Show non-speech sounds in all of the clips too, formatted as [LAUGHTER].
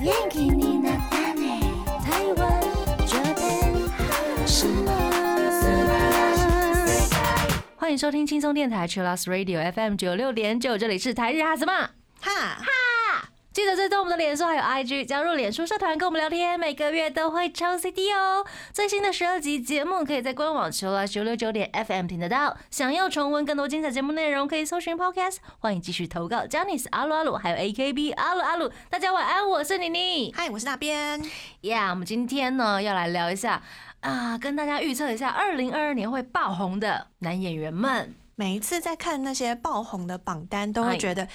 元気になったね台湾这边什么？欢迎收听轻松电台 c h i l l s Radio FM 九六点九，这里是台日哈什么？哈，记得追踪我们的脸书还有 IG，加入脸书社团跟我们聊天，每个月都会抽 CD 哦。最新的十二集节目可以在官网 c h i l l s 九六九点 FM 听得到。想要重温更多精彩节目内容，可以搜寻 Podcast。欢迎继续投稿 j a n i c e 阿鲁阿鲁，还有 AKB 阿鲁阿鲁。大家晚安，我是妮妮。嗨，我是那边。 Yeah，我们今天呢要来聊一下啊，跟大家预测一下二零二二年会爆红的男演员们。每一次在看那些爆红的榜单，都会觉得，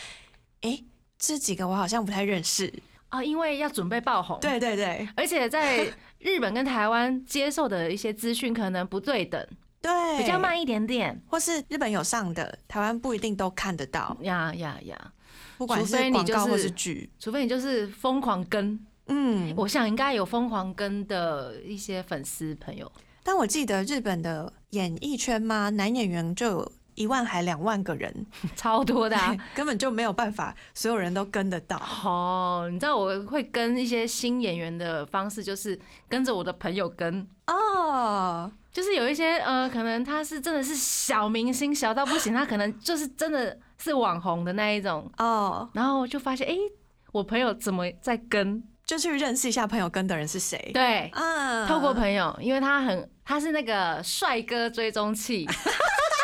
哎，这几个我好像不太认识。啊，因为要准备爆红，，对对对而且在日本跟台湾接受的一些资讯可能不对等，对，比较，慢一点点。或是日本有上的，台湾不一定都看得到，呀呀呀！不管除非是你广就是告或是剧。除非你就是疯狂跟，嗯，我想应该有疯狂跟的一些粉丝朋友。但我记得日本的演艺圈嘛，男演员就有一万还两万个人，超多的、啊。 [LAUGHS] 根本就没有办法所有人都跟得到。哦，你知道我会跟一些新演员的方式，就是跟着我的朋友跟，哦，就是有一些呃，可能他是真的是小明星，小到不行，他可能就是真的是网红的那一种，哦，然后就发现哎、诶我朋友怎么在跟？就去认识一下朋友跟的人是谁。对，啊透过朋友，因为他很他是那个帅哥追踪器， [LAUGHS]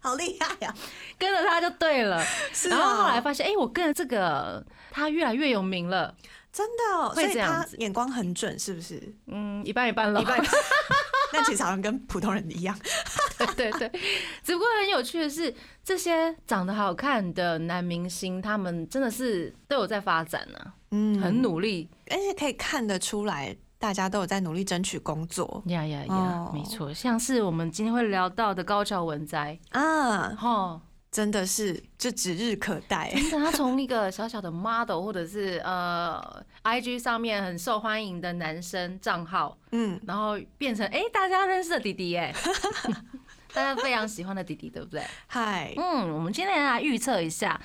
好厉害啊呀、跟着他就对了。是然后后来发发现，哎、我跟着这个他越来越有名了。真的、哦，会所以这样他眼光很准，是不是？一嗯，一半一半了，般 [LAUGHS] 那其实好像跟普通人一样。 [LAUGHS] 对对对。只不过很有趣的是，这些长得好看的男明星，他们真的是都有在发展呢、嗯很，努力。而且可以看得出来，大家都有在努力争取工作呀呀呀哦，没错，像是我们今天会聊到的高桥文哉，啊，哦，真的是就指日可 [LAUGHS] 待。真的，他从一个小小的 model 或者是呃 IG 上面很受欢迎的男生账号，嗯，然后变成哎、诶大家认识的弟弟哎、 [LAUGHS] 大家非常喜欢的弟弟，对不对？嗨，嗯，我们今天来预测一下，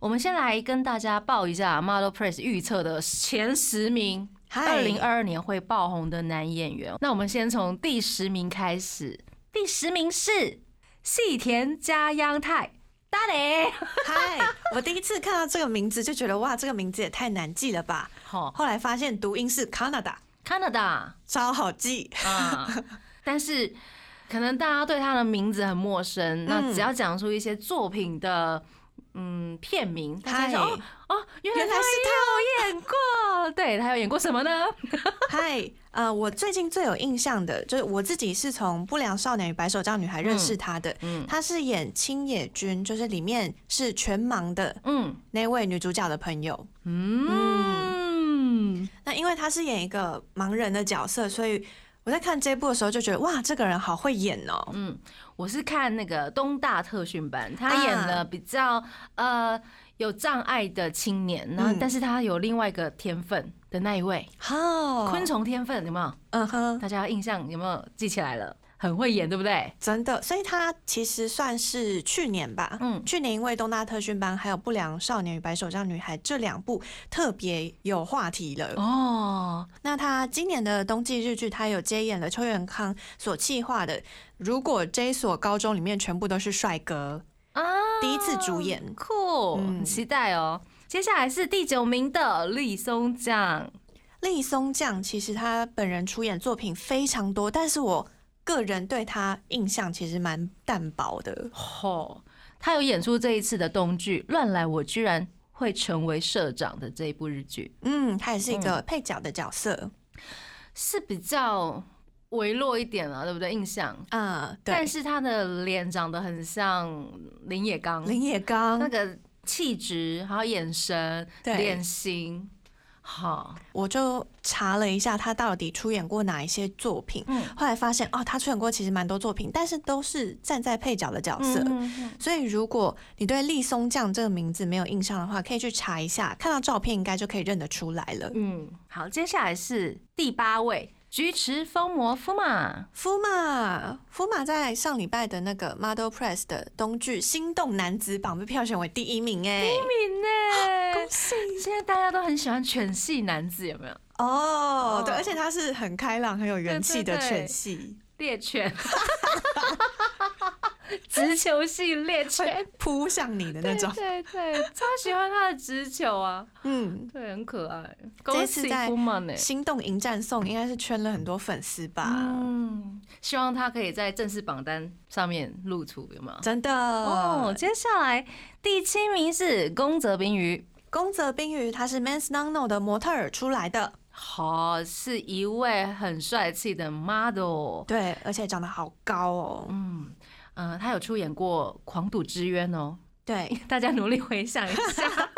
我们先来跟大家报一下 Model Press 预测的前十名，嗨，二零二二年会爆红的男演员。那我们先从第十名开始，第十名是细田家央太。大雷， [LAUGHS] 嗨，我第一次看到这个名字就觉得哇，这个名字也太难记了吧。好后来发现读音是 Canada， ，Canada，超好 [LAUGHS] 记。啊， [LAUGHS] 但是可能大家对他的名字很陌生，那只要讲出一些作品的嗯片名，大家就嗨哦哦，原来原来是他有演过，对他有演过什么呢？嗨，呃，我最近最有印象的就是我自己是从《不良少年与白手杖女孩》认识她的，嗯她是演青野君，就是里面是全盲的嗯那位女主角的朋友。嗯，那因为她是演一个盲人的角色，所以我在看这部的时候就觉得哇，这个人好会演哦、我是看那个东大特训班，他演了比较呃有障碍的青年，然后嗯但是他有另外一个天分的那一位好、昆，虫天分，有没有？嗯哼，大家印象有没有记起来了？很会演，对不对？真的，所以她其实算是去年吧，嗯去年因为东大特训班还有《不良少年与白手杖女孩》这两部特别有话题了。哦，那他今年的冬季日剧，他有接演了邱元康所企划的《如果这一所高中里面全部都是帅哥啊，第一次主演酷，嗯很期待哦。接下来是第九名的立松酱，》。立松将其实他本人出演作品非常多，但是我个人对他印象其实蛮淡薄的。吼，他有演出这一次的冬剧《乱来》，我居然会成为社长的这一部日剧，嗯，他也是一个配角的角色。是比较微弱一点了，对不对？印象，嗯，啊但对，是他的脸长得很像林野刚，林野那刚，个气质，还有眼神、对脸型，好，我就查了一下他到底出演过哪一些作品，嗯后来发现哦，他出演过其实蛮多作品，但是都是站在配角的角色。嗯所以，如果你对立松酱这个名字没有印象的话，可以去查一下，看到照片应该就可以认得出来了。嗯，好，接下来是第八位菊池风磨夫马。夫马，夫马在上礼拜的那个 Model Press [LAUGHS] 的冬剧《心动男子榜》被票选为第一名，哎，敏呢、恭喜！现在大家都很喜欢犬系男子，有没有？哦哦，对，而且他是很开朗、很有元气对的对对犬系，猎 [LAUGHS] 犬，直球系猎犬会，扑向你的那对种。对对，超喜欢他的直球啊，嗯，对，很可爱。这次在 Gossip Woman 欸心动迎战颂应该是圈了很多粉丝吧？嗯，希望他可以在正式榜单上面露出，有吗？真的哦，哦，接下来第七名是宫泽冰鱼，宫泽冰鱼他是 Men's Nono 的模特儿出来的，好、是一位很帅气的 model。对，而且长得好高哦。嗯呃，他有出演过《狂赌之渊》哦， [LAUGHS] 对，大家努力回想一下。 [LAUGHS]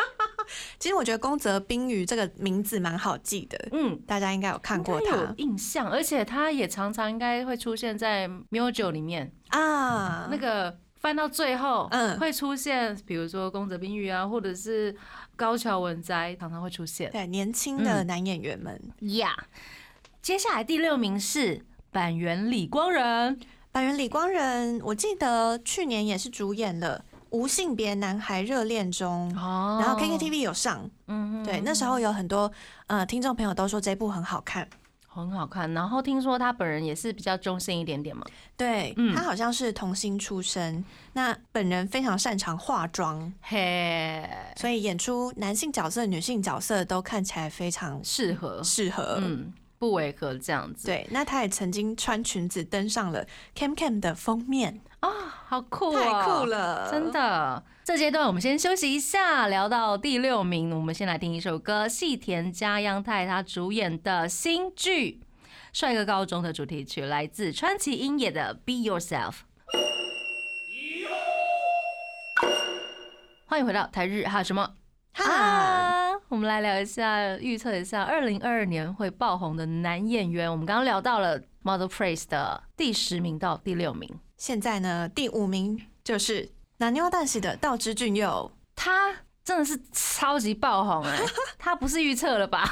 其实我觉得宫泽冰鱼这个名字蛮好记的，嗯，大家应该有看过应该有他印象，而且他也常常应该会出现在 Mojo 里面，啊那。个翻到最后，嗯，嗯会出现，比如说宫泽冰玉啊，或者是高桥文哉，常常会出现。对年轻的嗯男演员们，呀接下来第六名是板垣李光仁，板垣李光仁，我记得去年也是主演了《无性别男孩热恋中》，哦然后 KKTV 有上，嗯对，那时候有很多呃听众朋友都说这部很好看，很好看。然后听说他本人也是比较中性一点点嘛，对、嗯他好像是童星出身，那本人非常擅长化妆，嘿，所以演出男性角色、女性角色都看起来非常适合，适合。嗯，不违和这样子。对，那他也曾经穿裙子登上了 Cam Cam 的封面，啊、好酷、哦，太酷了，真。的，这阶段我们先休息一下，聊到第六名，我们先来听一首歌，细田佳央太他主演的新剧《帅哥高中》的主题曲，来自川崎英也的《Be Yourself》。欢迎回到台日哈什么哈，啊？我们来聊一下，预测一下二零二二年会爆红的男演员。我们刚刚聊到了 Model Praise 的第十名到第六名，现在呢，第五名就是南妞大喜的道之俊佑，他真的是超级爆红 [LAUGHS] 哎、他不是预测了吧？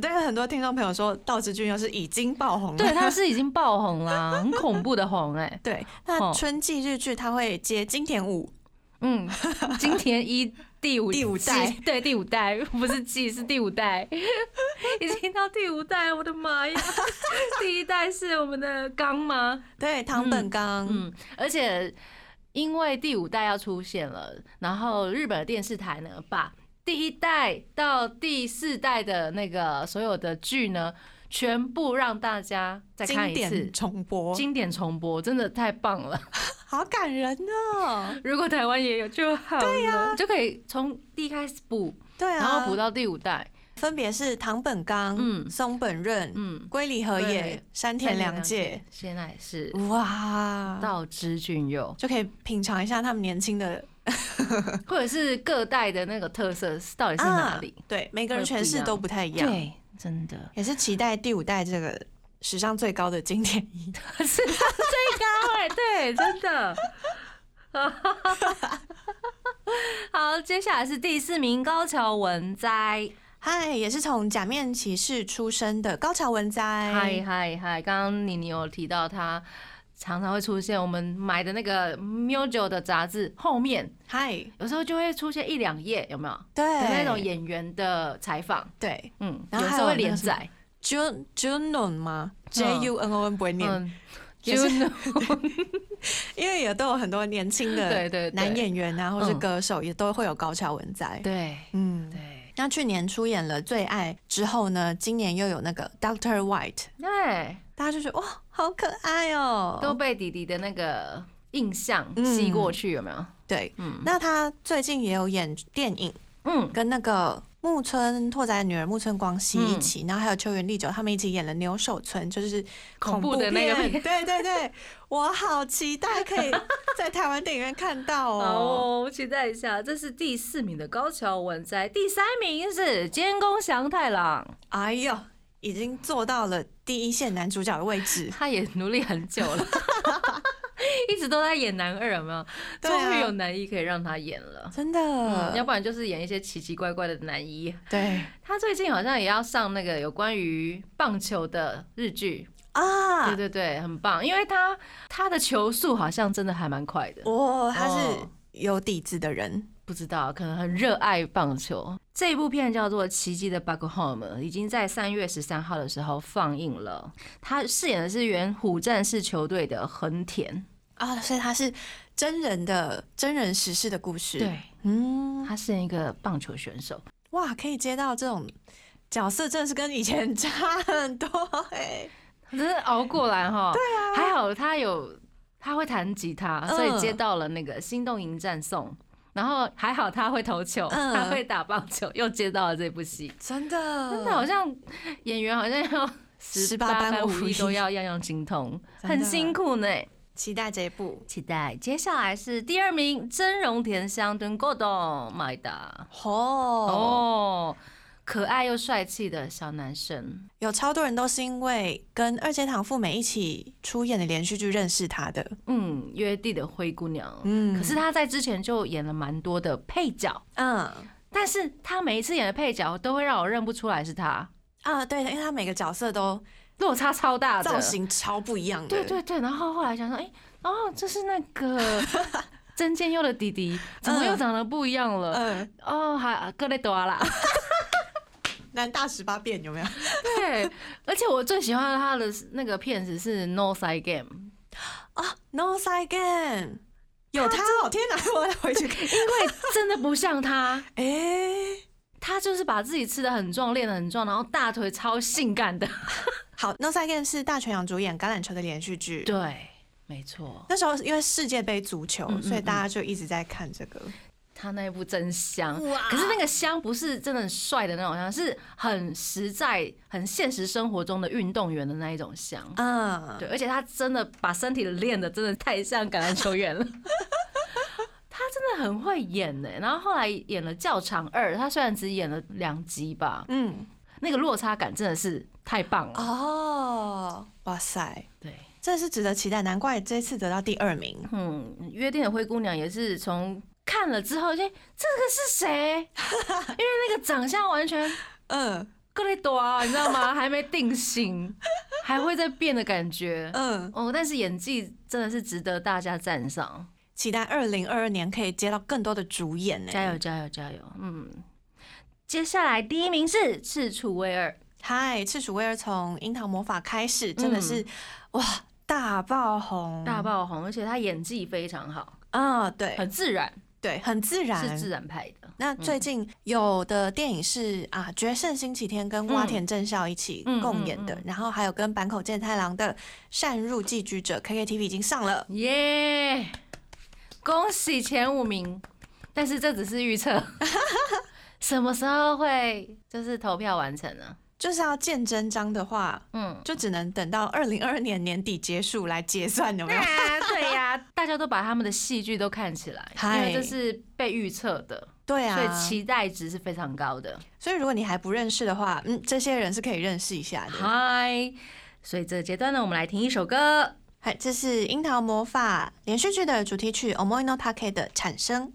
对很多听众朋友说，道之俊佑是已经爆红了，对， [LAUGHS] 他是已经爆红啦，很恐怖的红哎、对，哦那春季日剧它会接经典舞，嗯，金田一第五第五季代，对第五代不是季是第五代， [LAUGHS] 已经到第五代，我的妈呀！第一代是我们的刚吗？对，唐本刚，嗯，而且因为第五代要出现了，然后日本的电视台呢，把第一代到第四代的那个所有的剧呢，全部让大家再看经一次典。重播，经典重播真的太棒了！ [LAUGHS] 好感人哦。如果台湾也有就好了，对呀、就可以从第一开始补，对啊，然后补到第五代。分别是唐本刚、嗯松本润、嗯，龟梨和也对、山田凉介，嗯现在是哇，道之俊佑，就可以品尝一下他们年轻的或者是各代的那个特色是到底是哪里？啊对，每个人诠释都不太一样，，真的也是期待第五代这个史上最高的经典 [LAUGHS] 一。是最高哎、对，真的。 [LAUGHS] 好，接下来是第四名高桥文哉，嗨，也是从假面骑士出身的高桥文哉，嗨嗨嗨！刚刚妮妮有提到他常常会出现我们买的那个 Mojo 的杂志后面，嗨，有时候就会出现一两页，有没有？对，有那种演员的采访，对嗯，然有后时还有候会那个连什么载， Jun Junon 吗？J U N O N 不会念，嗯，也是 [LAUGHS] 真的，因为也都有很多年 [LAUGHS] 轻对的对对男演员啊，或是嗯歌手，也都会有高桥文哉。对嗯，对那去年出演了《最爱》之后呢，今年又有那个 Doctor White，对，大家就觉得哇，好可爱哦、都被弟弟的那个印象嗯吸过去，有没有？对，嗯那他最近也有演电影，嗯，跟那个木村拓哉的女儿木村光希嗯一起，然后还有秋元丽久他们一起演了《牛首村》，就是恐怖怖的那个片片 [LAUGHS] 对对对，我好期待可以在台湾电影院看 [LAUGHS] 到好哦。哦，我期待一下。这是第四名的高桥文哉，第三名是监工祥太郎，，哎呦，已经做到了第一线男主角的位置 [LAUGHS] 他也努力很久 [LAUGHS] 了。一直都在演男二，有没有？对啊终于有男一可以让他演了，真的。嗯，要不然就是演一些奇奇怪怪的男一。对他最近好像也要上那个有关于棒球的日剧，啊对，对对，很棒，因为他他的球速好像真的还蛮快的。哦，他哦是有底子的人，不知道，可能很热爱棒球。这一部片叫做《奇迹的 b u c k Home》，已经在三月十三号的时候放映了。他饰演的是原虎战士球队的横田，啊，所以它是真人的真人实事的故事。对，嗯，他饰演一个棒球选手。哇，可以接到这种角色，真的是跟以前 [LAUGHS] 差很多哎、 [LAUGHS] 真是熬过来哈。对啊，还好他有他会弹吉他，嗯所以接到了那个《心动迎战颂》。然后还好他会投球，嗯他会打棒球，又接到了这部戏。真的，真的好像演员好像 [LAUGHS] 要十嗯八般般武武艺艺都要样样精通，真的很辛苦呢。期待这一部期待接下来是第二名真荣田香敦过动买的哦哦，可爱又帅气的小男生。有超多人都是因为跟二阶堂富美一起出演的连续剧认识他的。嗯，约地的灰姑娘，嗯可是他在之前就演了蛮多的配角，嗯但是他每一次演的配角都会让我认不出来是他，啊，对，因为他每个角色都落差超大的造。型超不一样的。对对对，然后后来想说，哎、哦，这是那个曾建佑的弟弟，怎么又长得不一样了？嗯，哦，还格雷多啦。南大十八变有没有？对，而且我最喜欢他的那个片子是《No Side Game》， [LAUGHS] No Side Game，有他哦！天哪， [LAUGHS] 我要回去看。因为真的不像他，哎、他就是把自己吃的很壮，练的很壮，然后大腿超性感的。 [LAUGHS] 好，No Side Game 是大泉洋主演橄榄球的连续剧。对，没错。那时候因为世界杯足球，嗯嗯所以大家就一直在看这个。他那一部真香，哇可是那个香不是真的很帅的那种香，是很实在、很现实生活中的运动员的那一种香。嗯，对，而且他真的把身体练的真的太像橄榄球员了。 [LAUGHS] 他真的很会演呢、然后后来演了《教场二》，他虽然只演了两集吧，嗯，那个落差感真的是太棒了。哦，哇塞，对，这是值得期待，难怪这次得到第二名。嗯，约定的灰姑娘也是从看了之后就，这个是谁？ [LAUGHS] 因为那个长相完全嗯格雷多啊，你知道吗？还没定型，还会在变的感觉。嗯，哦，但是演技真的是值得大家赞赏，期待二零二二年可以接到更多的主演呢。加油！加油加油！嗯，接下来第一名是赤楚卫二，嗨，赤楚威尔从《樱桃魔法》开始，真的是、哇大爆红，嗯大爆红，而且他演技非常好，啊、对很自然，对，很自然，是自然派的。那最近有的电影是啊，《决胜星期天》跟嗯洼田正孝一起共演的，嗯嗯然后还有跟坂口健太郎的《擅入寄居者》KKTV 已经上了。耶、恭喜前五名，但是这只是预测，什么时候会就是投票完成呢？就是要见真章的话， [LAUGHS] 嗯，就只能等到二零二二年年底结束来结算，有 [LAUGHS] 没有？啊，对呀、大家都把他们的戏剧都看起来，因嗨为这是被预测的，对啊所，以期待值是非常高的。所以如果你还不认识的话，嗯，这些人是可以认识一下的。嗨，所以这个阶段呢，我们来听一首歌。嗨，这是《樱桃魔法》连续剧的主题曲《Omoino Take》的产生。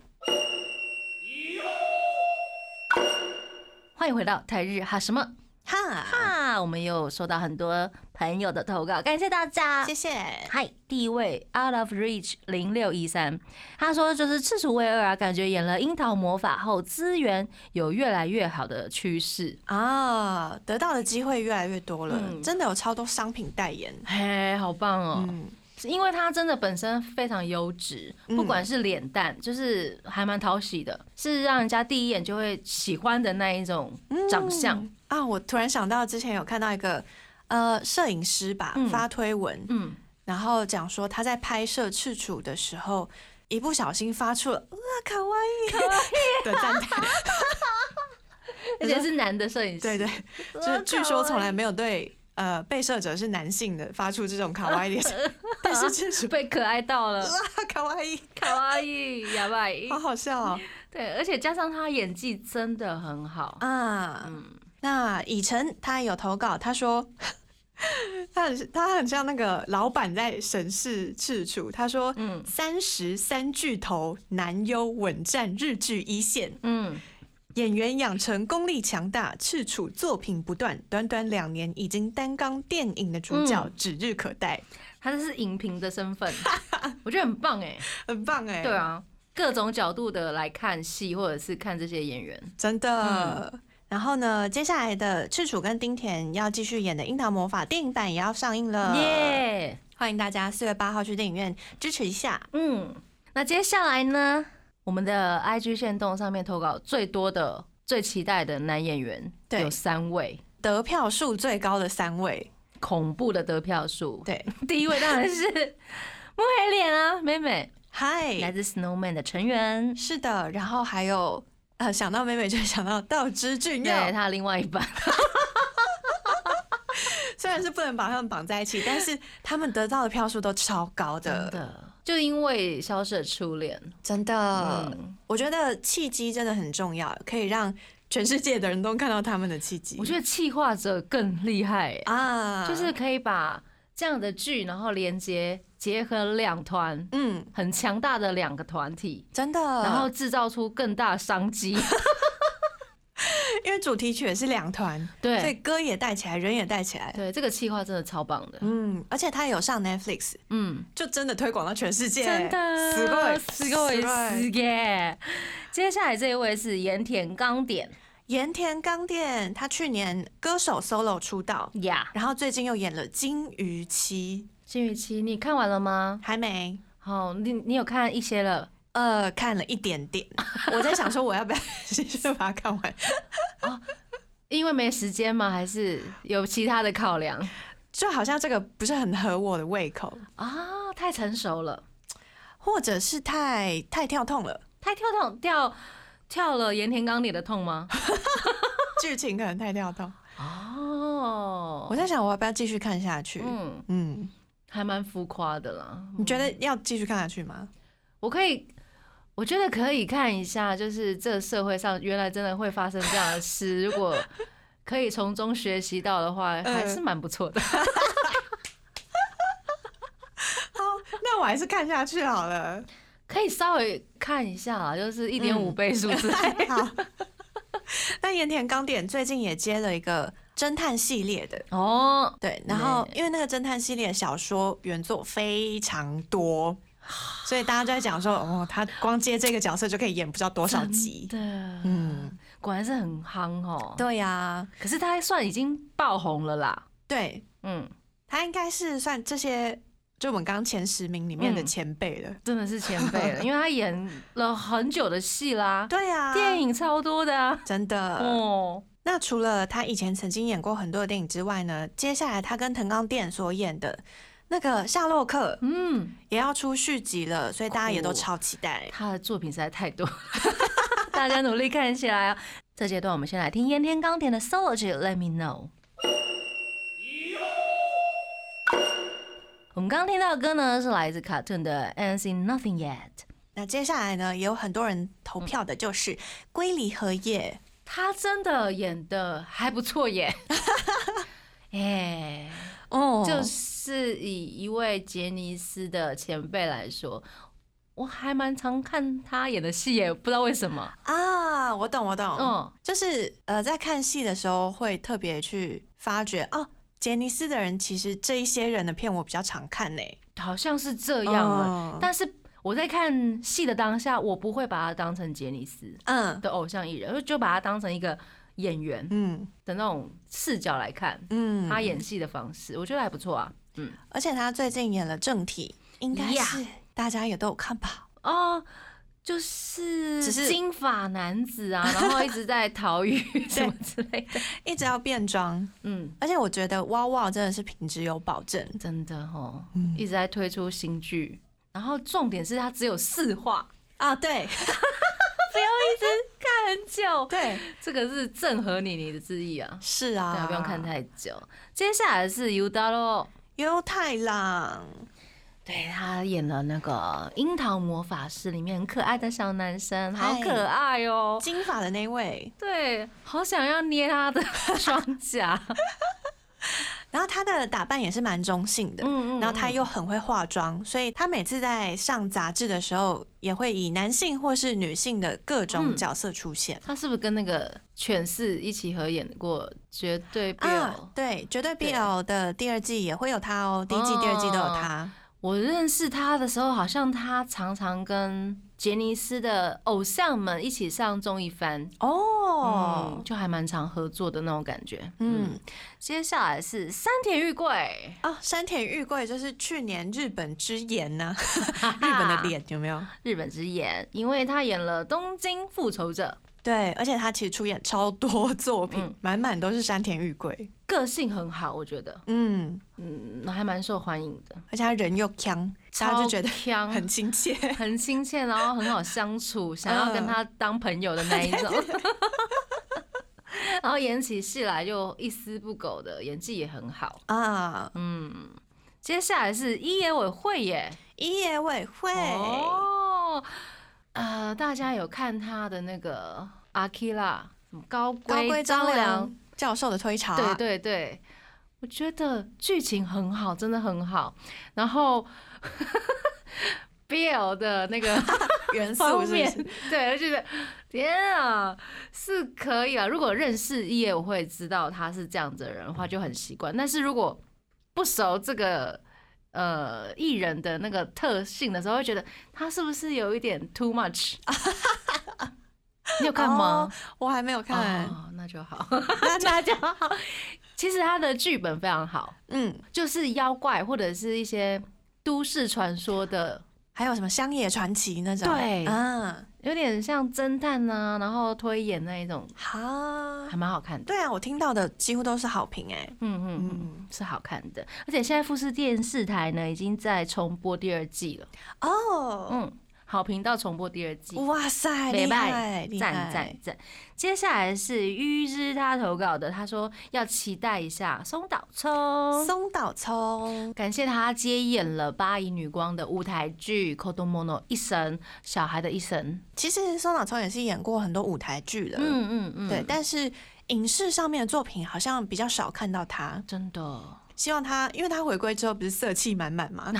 欢迎回到台日哈什么哈，哈，我们又收到很多朋友的投稿，感谢大家谢。谢。嗨，第一位 Out of Reach 零六一三，他说就是赤楚卫二啊，感觉演了《樱桃魔法》后，资源有越来越好的趋势。啊，得到的机会越来越多了，嗯真的有超多商品代言。嘿，好棒哦！嗯，是因为他真的本身非常优质，嗯不管是脸蛋，就是还蛮讨喜的，是让人家第一眼就会喜欢的那一种嗯长相。啊，我突然想到之前有看到一个呃摄影师吧、嗯发推文，嗯，然后讲说他在拍摄赤楚的时候。一不小心发出了“哇，卡哇伊”的赞 [LAUGHS] 叹，而且是男的摄影师，对对，就是据说从来没有对呃被摄者是男性的发出这种卡哇伊的声 [LAUGHS] 音，但是赤楚被可爱到了，哇卡哇伊，卡哇伊，哑巴伊好好笑哦对，而且加上他演技真的很好，啊！嗯，那以晨他有投稿，他说 [LAUGHS] 他很他很像那个老板在审视赤楚，他说嗯三十三巨头男优稳占日剧一线，嗯，演员养成功力强大，赤楚作品不断，短短两年已经担纲电影的主角，嗯指日可待， [LAUGHS] 他这是影评的身份，我觉得很棒哎、很棒哎、对，啊，各种角度的来看戏，或者是看这些演员。真的。嗯然后呢，接下来的赤楚跟丁田要继续演的《樱桃魔法》电影版也要上映了，耶、欢迎大家四月八号去电影院支持一下。嗯，那接下来呢，我们的 IG 线动上面投稿最多的、最期待的男演员对有三位，得票数最高的三位，恐怖的得票数。对，第一位当然 [LAUGHS] 是慕黑脸啊，妹妹，来嗨，自 Snowman 的成员，是的，然后还有呃，想到美美就想到道之俊对佑，他另外一半，虽然是不能把他们绑在一起，但是他们得到的票数都超高真的，的，就因为消失的初恋，真的嗯我觉得契机真的很重要，可以让全世界的人都看到他们的契机。我觉得企划者更厉害、欸，啊，就是可以把这样的剧，然后连接结合两团嗯，很强大的两个团体，真的。然后制造出更大商 [LAUGHS] 机。因为主题曲也是两团，所以对歌也带起来，人也带起来。对，这个企划真的超棒的。嗯，而且他有上 Netflix，嗯，就真的推广到全世界，真的，すごいすごいすごすいげえ。接下来这一位是盐田刚典盐田刚电，他去年歌手 solo 出道，呀，然后最近又演了《金鱼期金宇期，你看完了吗》，？还没。好，你你有看一些了？呃，看了一点点，我在想说我要不要继续把它看完，因为没时间吗？还是有其他的考量就好像这个不是很合我的胃口，啊？太成熟了。或者是太太跳痛了，太跳痛跳跳了盐田刚里的痛 [LAUGHS] 吗？剧情可能太跳痛。哦我在想我要不要继续看下去？嗯，嗯，还蛮浮夸的啦。你觉得要继续看下去吗？我可以，我觉得可以看一下，就是这社会上原来真的会发生这样的事，如 [LAUGHS] 果可以从中学习到的话，还是蛮不错的。 [LAUGHS] 那我还是看下去好了。可以稍微看一下啦，就是一点五嗯倍数之类。好， [LAUGHS] 那盐田刚典最近也接了一个侦探系列的。 [LAUGHS] 哦，对，然后对因为那个侦探系列小说原作非常多，所以大家就在讲说，哦，他光接这个角色就可以演不知道多少集。对，嗯，果然是很夯哦。对呀、可是他算已经爆红了啦。对嗯，他应该是算这些，就我们刚前十名里面的嗯前辈了。真的是前辈 [LAUGHS] 了，因为他演了很久的戏啦，对呀、电影超多的啊。真的。哦，那除了他以前曾经演过很多的电影之外呢，接下来他跟藤冈健所演的那个《夏洛克》嗯，也要出续集了，所以大家也都超期待。他的作品实在太多 [LAUGHS] 了，大家努力看起来啊。这阶段我们先来听盐田刚典的 solo 曲《Let Me Know》。我们刚刚听到的歌呢，是来自 Cartoon 的《And Seen Nothing Yet》。那接下来呢，也有很多人投票的就是《归离荷叶他真的演的还不错耶， [LAUGHS] 哎、》哦就是以一位杰尼斯的前辈来说，我还蛮常看他演的戏耶，不知道为什么。啊，我懂我懂，嗯，就是呃，在看戏的时候会特别去发掘哦，杰尼斯的人其实这一些人的片我比较常看呢、好像是这样啊。嗯但是我在看戏的当下，我不会把他当成杰尼斯嗯的偶像艺人，我就把他当成一个演员嗯的那种视角来看嗯，他演戏的方式，我觉得还不错啊。嗯，而且他最近演了正体，应该呀是大家也都有看吧？哦。就是只是金发男子 [LAUGHS] 啊，然后一直在逃狱什么之类的， [LAUGHS] 一直要变装，嗯，而且我觉得哇哇真的是品质有保证，真的哦，一直在推出新剧，然后重点是它只有四话，啊，对看很久， [LAUGHS] 对，这个是正合你你的之意啊。是对啊啊，，不用看。太久。接下来是 u d a r o 优太郎，对他演了那个《樱桃魔法师》里面很可爱的小男生，好嗨可爱哦、金发的那位，对，好想要捏他的双颊。然后他的打扮也是蛮中性的，嗯然后他又很会化妆，所以他每次在上杂志的时候，也会以男性或是女性的各种嗯角色出现。他是不是跟那个犬饲一起合演过《绝对 Bill》啊，对，绝对 BL 的第二季也会有他哦，第一季、第二季都有他。我认识他的时候，好像他常常跟杰尼斯的偶像们一起上综艺番，哦哦，，就还蛮常合作的那种感觉。嗯嗯，接下来是三田玉贵，啊，山田裕贵就是去年日本之眼呐、啊啊日本的脸有没有？ [LAUGHS] 日本之眼，因为他演了《东京复仇者 [LAUGHS] 对，而且他其实出演超多作品嗯，满满、都是山田裕贵。》，个性很好，我觉得，嗯，嗯，还蛮受欢迎的，而且他人又强，大家就觉得超很亲 [LAUGHS] 切。很亲切，然后很好相处，想要嗯跟他当朋友的那一种。 [LAUGHS] 然后演起戏来就一丝不苟的，演技也很好。啊，嗯，接下来是一野委会耶，一野委会，哦，呃，大家有看他的那个阿基拉什么高高龟龟张啊良良？教授的推查，对对对，我觉得剧情很好，真的很好。然后 [LAUGHS] BL 的那个元素方 [LAUGHS] 是不面是？， [LAUGHS] 对，我就觉得天啊，是可以啊。如果认识一野，我会知道他是这样子的人的话，就很习惯。但是如果不熟这个呃艺人的那个特性的时候，会觉得他是不是有一点 too [LAUGHS] much？你有看吗？我还没有哦看，哦，那就好， [LAUGHS] [LAUGHS] 那那就好。其实他的剧本非常好，嗯，就是妖怪或者是一些都市传说的还有什么乡野传奇那种？对啊，有点像侦探呐、然后推演那一种，好还，蛮好看的。对啊，我听到的几乎都是好评哎、嗯嗯嗯，是好看的。而且现在富士电视台呢已经在重播第二季了，哦，嗯，好评到重播第二季，哇塞，美厉拜害，厉嗯赞赞害，赞。接下来是于之他投稿的，他说要期待一下松岛聪。松岛聪，感谢他接演了八一女光的舞台剧《Kodomono 一生》，小孩的一生。其实松岛聪也是演过很多舞台剧的，嗯嗯嗯，对，，但是影视上面的作品好像比较少看到他。真的，希望他，因为他回归之后不是色气满 [LAUGHS] 满吗？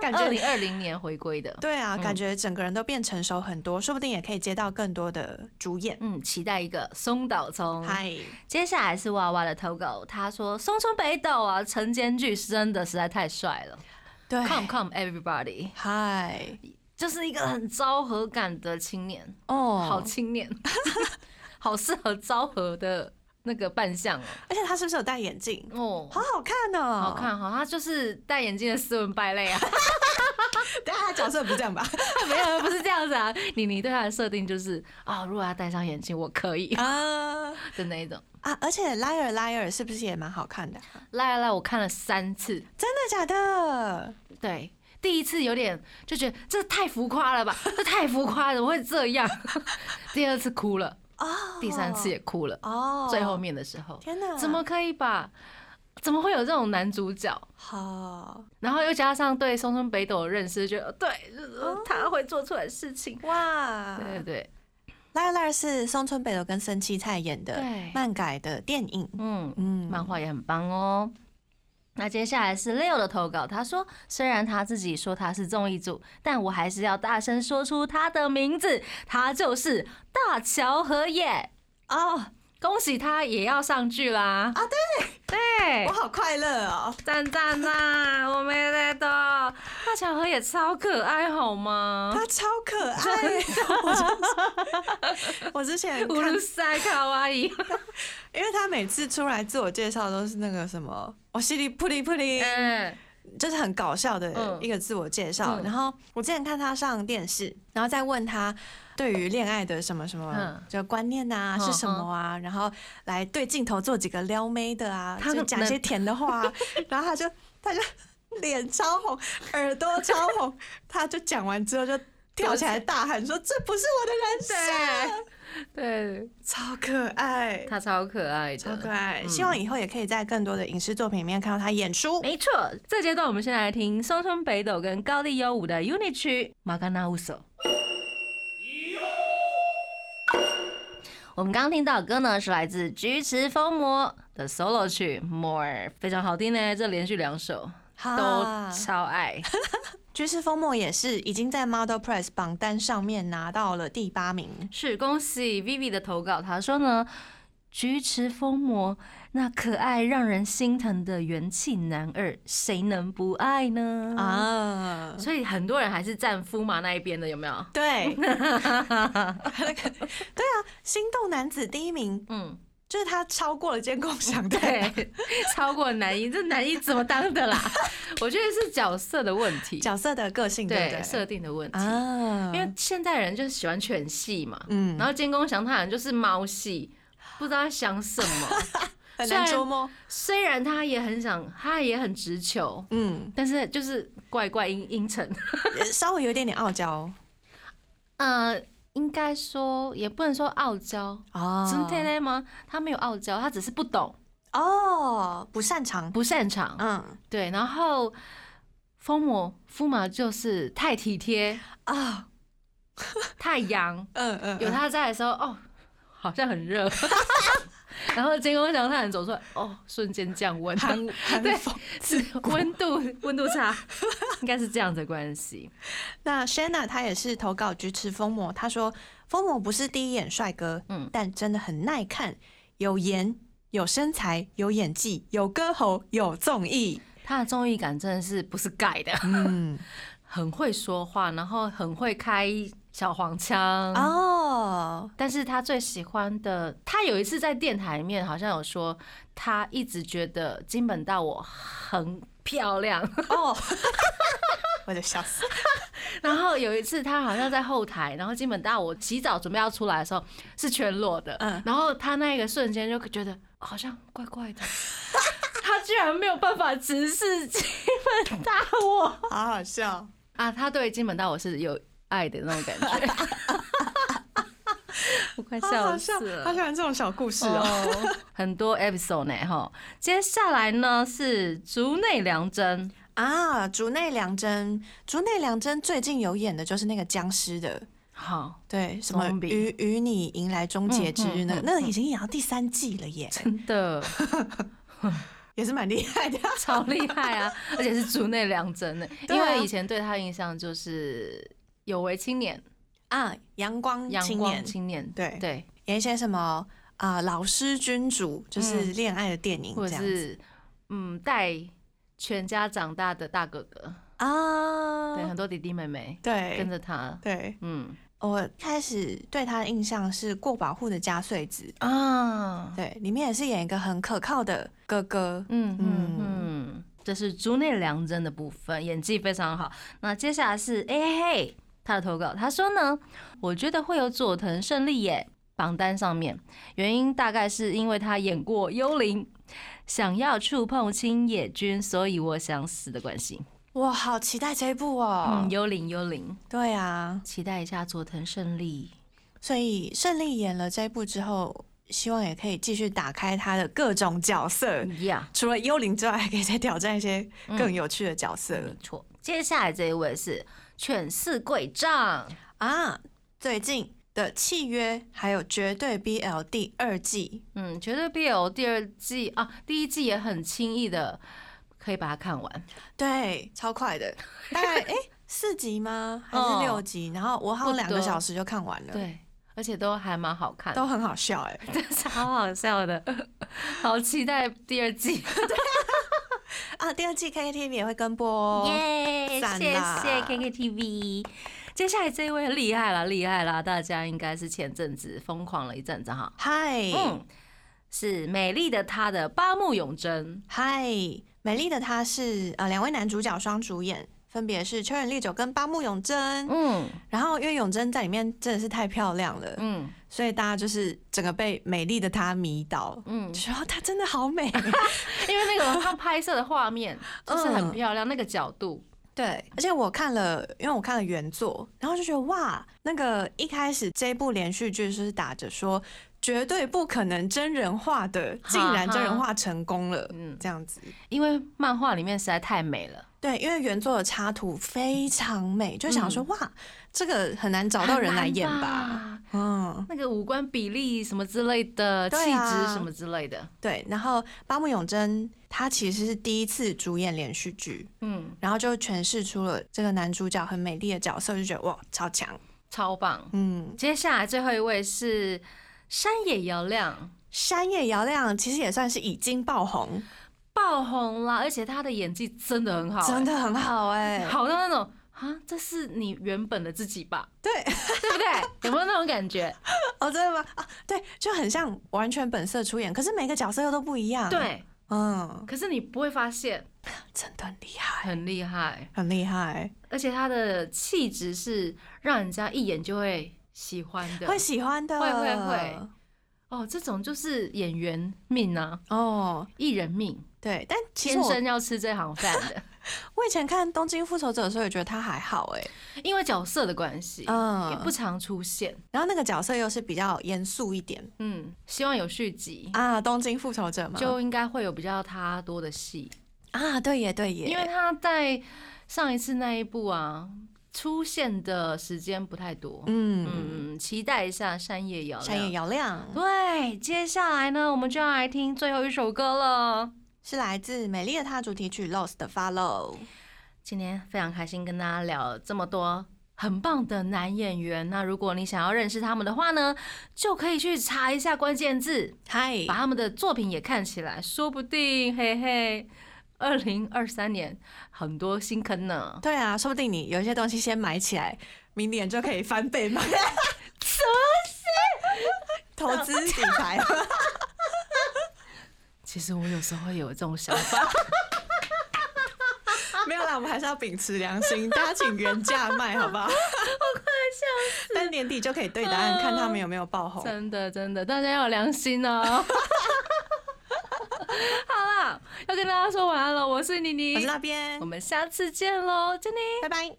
感二觉零二零年回归的。对啊，嗯感觉整个人都变成熟很多，说不定也可以接到更多的主演。嗯，期待一个松岛聪。嗨，接下来是娃娃的投稿，他说松村北斗啊，晨间剧是真的实在太帅了对， ，Come Come Everybody，嗨，就是一个很昭和感的青年，哦，好青年， [LAUGHS] 好适合昭和的那个扮相而且他是不是有戴眼镜？哦。好哦好看哦，好。 [LAUGHS] 看哈，他就是戴眼镜的斯文败类啊，但他角色不是这 [LAUGHS] 样吧？没有不是这样子啊。妮妮对他的设定就是啊、如果他戴上眼镜，我可以啊的那一种。啊！而且 liar liar 是不是也蛮好看的啊？来来来，我看了三次，真的假的？对，第一次有点就觉得这太浮夸 [LAUGHS] 了吧，这太浮夸了，怎么会这样？ [LAUGHS] 第二次哭了，哦，第三次也哭了，哦，最后面的时候，天哪，怎么可以把？怎么会有这种男主角？好然后又加上对松村北斗的认识，觉得对，哦就是他会做出来的事情。啊哇？对对对， liar liar 是松村北斗跟森七菜演的对漫改的电影，嗯，嗯，漫画也很棒哦。那接下来是 Leo 的投稿，他说：“虽然他自己说他是综艺组，但我还是要大声说出他的名字，他就是大乔和也。哦，恭喜他也要上剧啦！啊，对我对，好快乐哦，赞赞 [LAUGHS] 呐，我没得的。大乔和也超可爱，好吗？他超可爱， [LAUGHS] 我真是我之前乌看鲁塞卡哇 [LAUGHS] 伊，因为他每次出来自我介绍都是那个什么，我稀里扑里扑里，嗯，就是很搞笑的嗯一个自我介绍。嗯然后我之前看他上电视，然后再问他对于恋爱的什么什么嗯就观念啊嗯是什么啊，然后来对镜头做几个撩妹的啊，他就能讲一些甜的话啊， [LAUGHS] 然后他就他就脸超红，耳朵超 [LAUGHS] 红，他就讲完之后就。跳起来大喊说：“这不是我的人生对，！”超可爱，他超可爱的，超可爱。嗯希望以后也可以在更多的影视作品里面看到他演出。 [LAUGHS] 没错，这阶段我们先来听松村北斗跟高地优舞的 UNI 区《马甘纳乌手》。我们刚刚听到的歌呢，是来自菊池风磨的 solo 曲《More》，非常好听呢。这连续两首都啊超爱，爵士风墨也是已经在 Model Press 榜单上面拿到了第八名。是恭喜 Vivi 的投稿。他说呢，菊池风磨，那可爱让人心疼的元气男二，谁能不爱呢？啊，啊，所以很多人还是站夫马那一边的，有没有？ [LAUGHS] 对， [LAUGHS] 那个对啊，心动男子第一名嗯，就是他超过了监控想对 [LAUGHS] 对，超过男一，这男一怎么当的啦？ [LAUGHS] 我觉得是角色的问题，角色的个性，对不对对？设定的问题，啊，因为现代人就是喜欢犬戏嘛，嗯，然后监工祥他好像就是猫戏，不知道在想什 [LAUGHS] 么。很虽难然捉摸，虽然他也很想，他也很直球，嗯，但是就是怪怪阴阴沉。也稍微有一点点傲娇 [LAUGHS] 呃，应该说也不能说傲娇，哦真的嘞吗？他没有傲娇，他只是不懂、哦，不擅长，不擅长。嗯对，然后疯魔夫马就是太体贴、啊，太阳，嗯嗯，有他在的时候，哦，好像很热。 [LAUGHS] 然后监工祥他很走出来，哦，瞬间降温。韩韩风。是温度温度差， [LAUGHS] 应该是这样的关系。那 Shanna 她也是投稿菊池风磨，她说风磨不是第一眼帅哥，嗯但真的很耐看，有颜。有身材，有演技，有歌喉，有综 [LAUGHS] 艺。他的综艺感真的是不是盖的，嗯，很会说话，然后很会开小黄腔。哦，但是他最喜欢的，他有一次在电台里面好像有说，他一直觉得金本大我很漂亮。 [LAUGHS] 哦，我就笑死。然后有一次他好像在后台，然后金本大我洗澡准备要出来的时候是全裸的，嗯然后他那个瞬间就觉得好像怪怪的， [LAUGHS] 他居然没有办法直视金本大我好好笑。啊，他对金本大我是有爱的那种感 [LAUGHS] 觉，我快好笑好死笑，了好。喜欢这种小故事哦。哦， [LAUGHS] 很多 episode 呢哈。接下来呢是竹内良真，啊，竹内良真，竹内良真最近有演的就是那个僵尸的，好，对，什么 Zombie 与与你迎来终结之日那个，嗯嗯嗯那个已经演到第三季 [LAUGHS] 了耶，真的也是蛮厉害的。超厉害 [LAUGHS] 啊！而且是竹内良真呢，对因啊为以前对他印象就是有为青年、啊，阳光阳青光年青年，对对，演一些什么啊、老师君主，就是嗯恋爱的电影或这者样子是嗯带全家长大的大哥哥，啊，对，很多弟弟妹妹跟对着他，对。嗯我一开始对他的印象是过保护的加穗子，啊，对，里面也是演一个很可靠的哥哥，嗯嗯嗯嗯，这是竹内良真的部分，演技非常好。那接下来是哎、嘿嘿，他的投稿，他说呢，我觉得会有佐藤胜利耶榜单上面，原因大概是因为他演过幽灵，想要触碰青野君，所以我想死的关系。哇，好期待这一部哦！嗯，幽灵幽灵，对啊，期待一下佐藤胜利。所以胜利演了这一部之后，希望也可以继续打开他的各种角色，呀、除了幽灵之外，还可以再挑战一些嗯更有趣的角色、没错。接下来这一位是犬饲贵丈，啊。最近的契约还有绝对 BL 第二季，嗯，绝对 BL 第二季啊，第一季也很轻易的可以把它看完，对，超 [LAUGHS] 快的，大概哎四集吗？还哦是六集？然后我好像不多两个小时就看完了，，对，而且都还蛮好看，都很好笑哎、真的是好好笑的， [LAUGHS] 好期待第二季， [LAUGHS] 啊，第二季 KKTV 也会跟播哦。耶赞谢啦谢 KKTV。接下来这一位厉害啦，厉害啦！大家应该是前阵子疯狂了一阵子哈，嗨、嗯，是美丽的她的八木永真，嗨，美丽的她是呃两位男主角双主演，分别是秋元丽久跟八木永真。嗯然后因为永真在里面真的是太漂亮了，嗯所以大家就是整个被美丽的她迷倒。嗯就，说哦她真的好美，因为那个她拍摄的画 [LAUGHS] 面就是很嗯漂亮，那个角度，对，而且我看了，因为我看了原作，然后就觉得哇，那个一开始这部连续剧就是打着说绝对不可能真人化的，竟然真人化成功了，嗯，这样子。因为漫画里面实在太美了，对，因为原作的插图非常美，就想说、哇，这个很难找到人来演很吧？难吧？嗯，那个五官比例什么之类的，气对啊质什么之类的，对。然后八木永真他其实是第一次主演连续剧，嗯，然后就诠释出了这个男主角很美丽的角色，就觉得哇，超强。超棒。嗯，接下来最后一位是山野遥亮，山野遥亮其实也算是已经爆红，爆红啦，而且他的演技真的很好、真的很好哎、欸好到那种啊，这是你原本的自己 [LAUGHS] 吧？对，对不对？有没有那种感觉？哦，真的吗？啊，对，就很像完全本色出演，可是每个角色又都不一样。，对，嗯，可是你不会发现，真的很厉害，很厉害，很厉害，而且他的气质是让人家一眼就会喜欢的。会喜欢的，会会会哦，这种就是演员命啊，哦，艺人命，对，但其实天我生要吃这行饭的， [LAUGHS] 我以前看《东京复仇者》的时候，也觉得他还好哎、因为角色的关系，也嗯，不常出现。然后那个角色又是比较严肃一点嗯，希望有续集。啊，《东京复仇者》嘛，就应该会有比较他多的戏，啊，对耶，对耶，因为他在上一次那一部啊出现的时间不太多。嗯，嗯，期待一下山野遥。山野。遥亮对，接下来呢，我们就要来听最后一首歌了。是来自《美丽的她》主题曲《Lost 的 Follow》，今天非常开心跟大家聊这么多很棒的男演员。那如果你想要认识他们的话呢，就可以去查一下关键字，嗨，把他们的作品也看起来，说不定嘿嘿，二零二三年很多新坑呢。对啊，说不定你有一些东西先买起来，明年就可以翻倍买。什么投资理财，其实我有时候会有这种想法， [LAUGHS] 没有啦，我们还是要秉持良心，大家请原价卖，好不好？我快笑死！但年底就可以对答案，看他们有没有爆 [LAUGHS] 红。真的真的，大家要有良心哦。 [LAUGHS] 好啦，要跟大家说晚安了，我是妮我妮，是那边我，们下次见喽，珍妮。拜拜。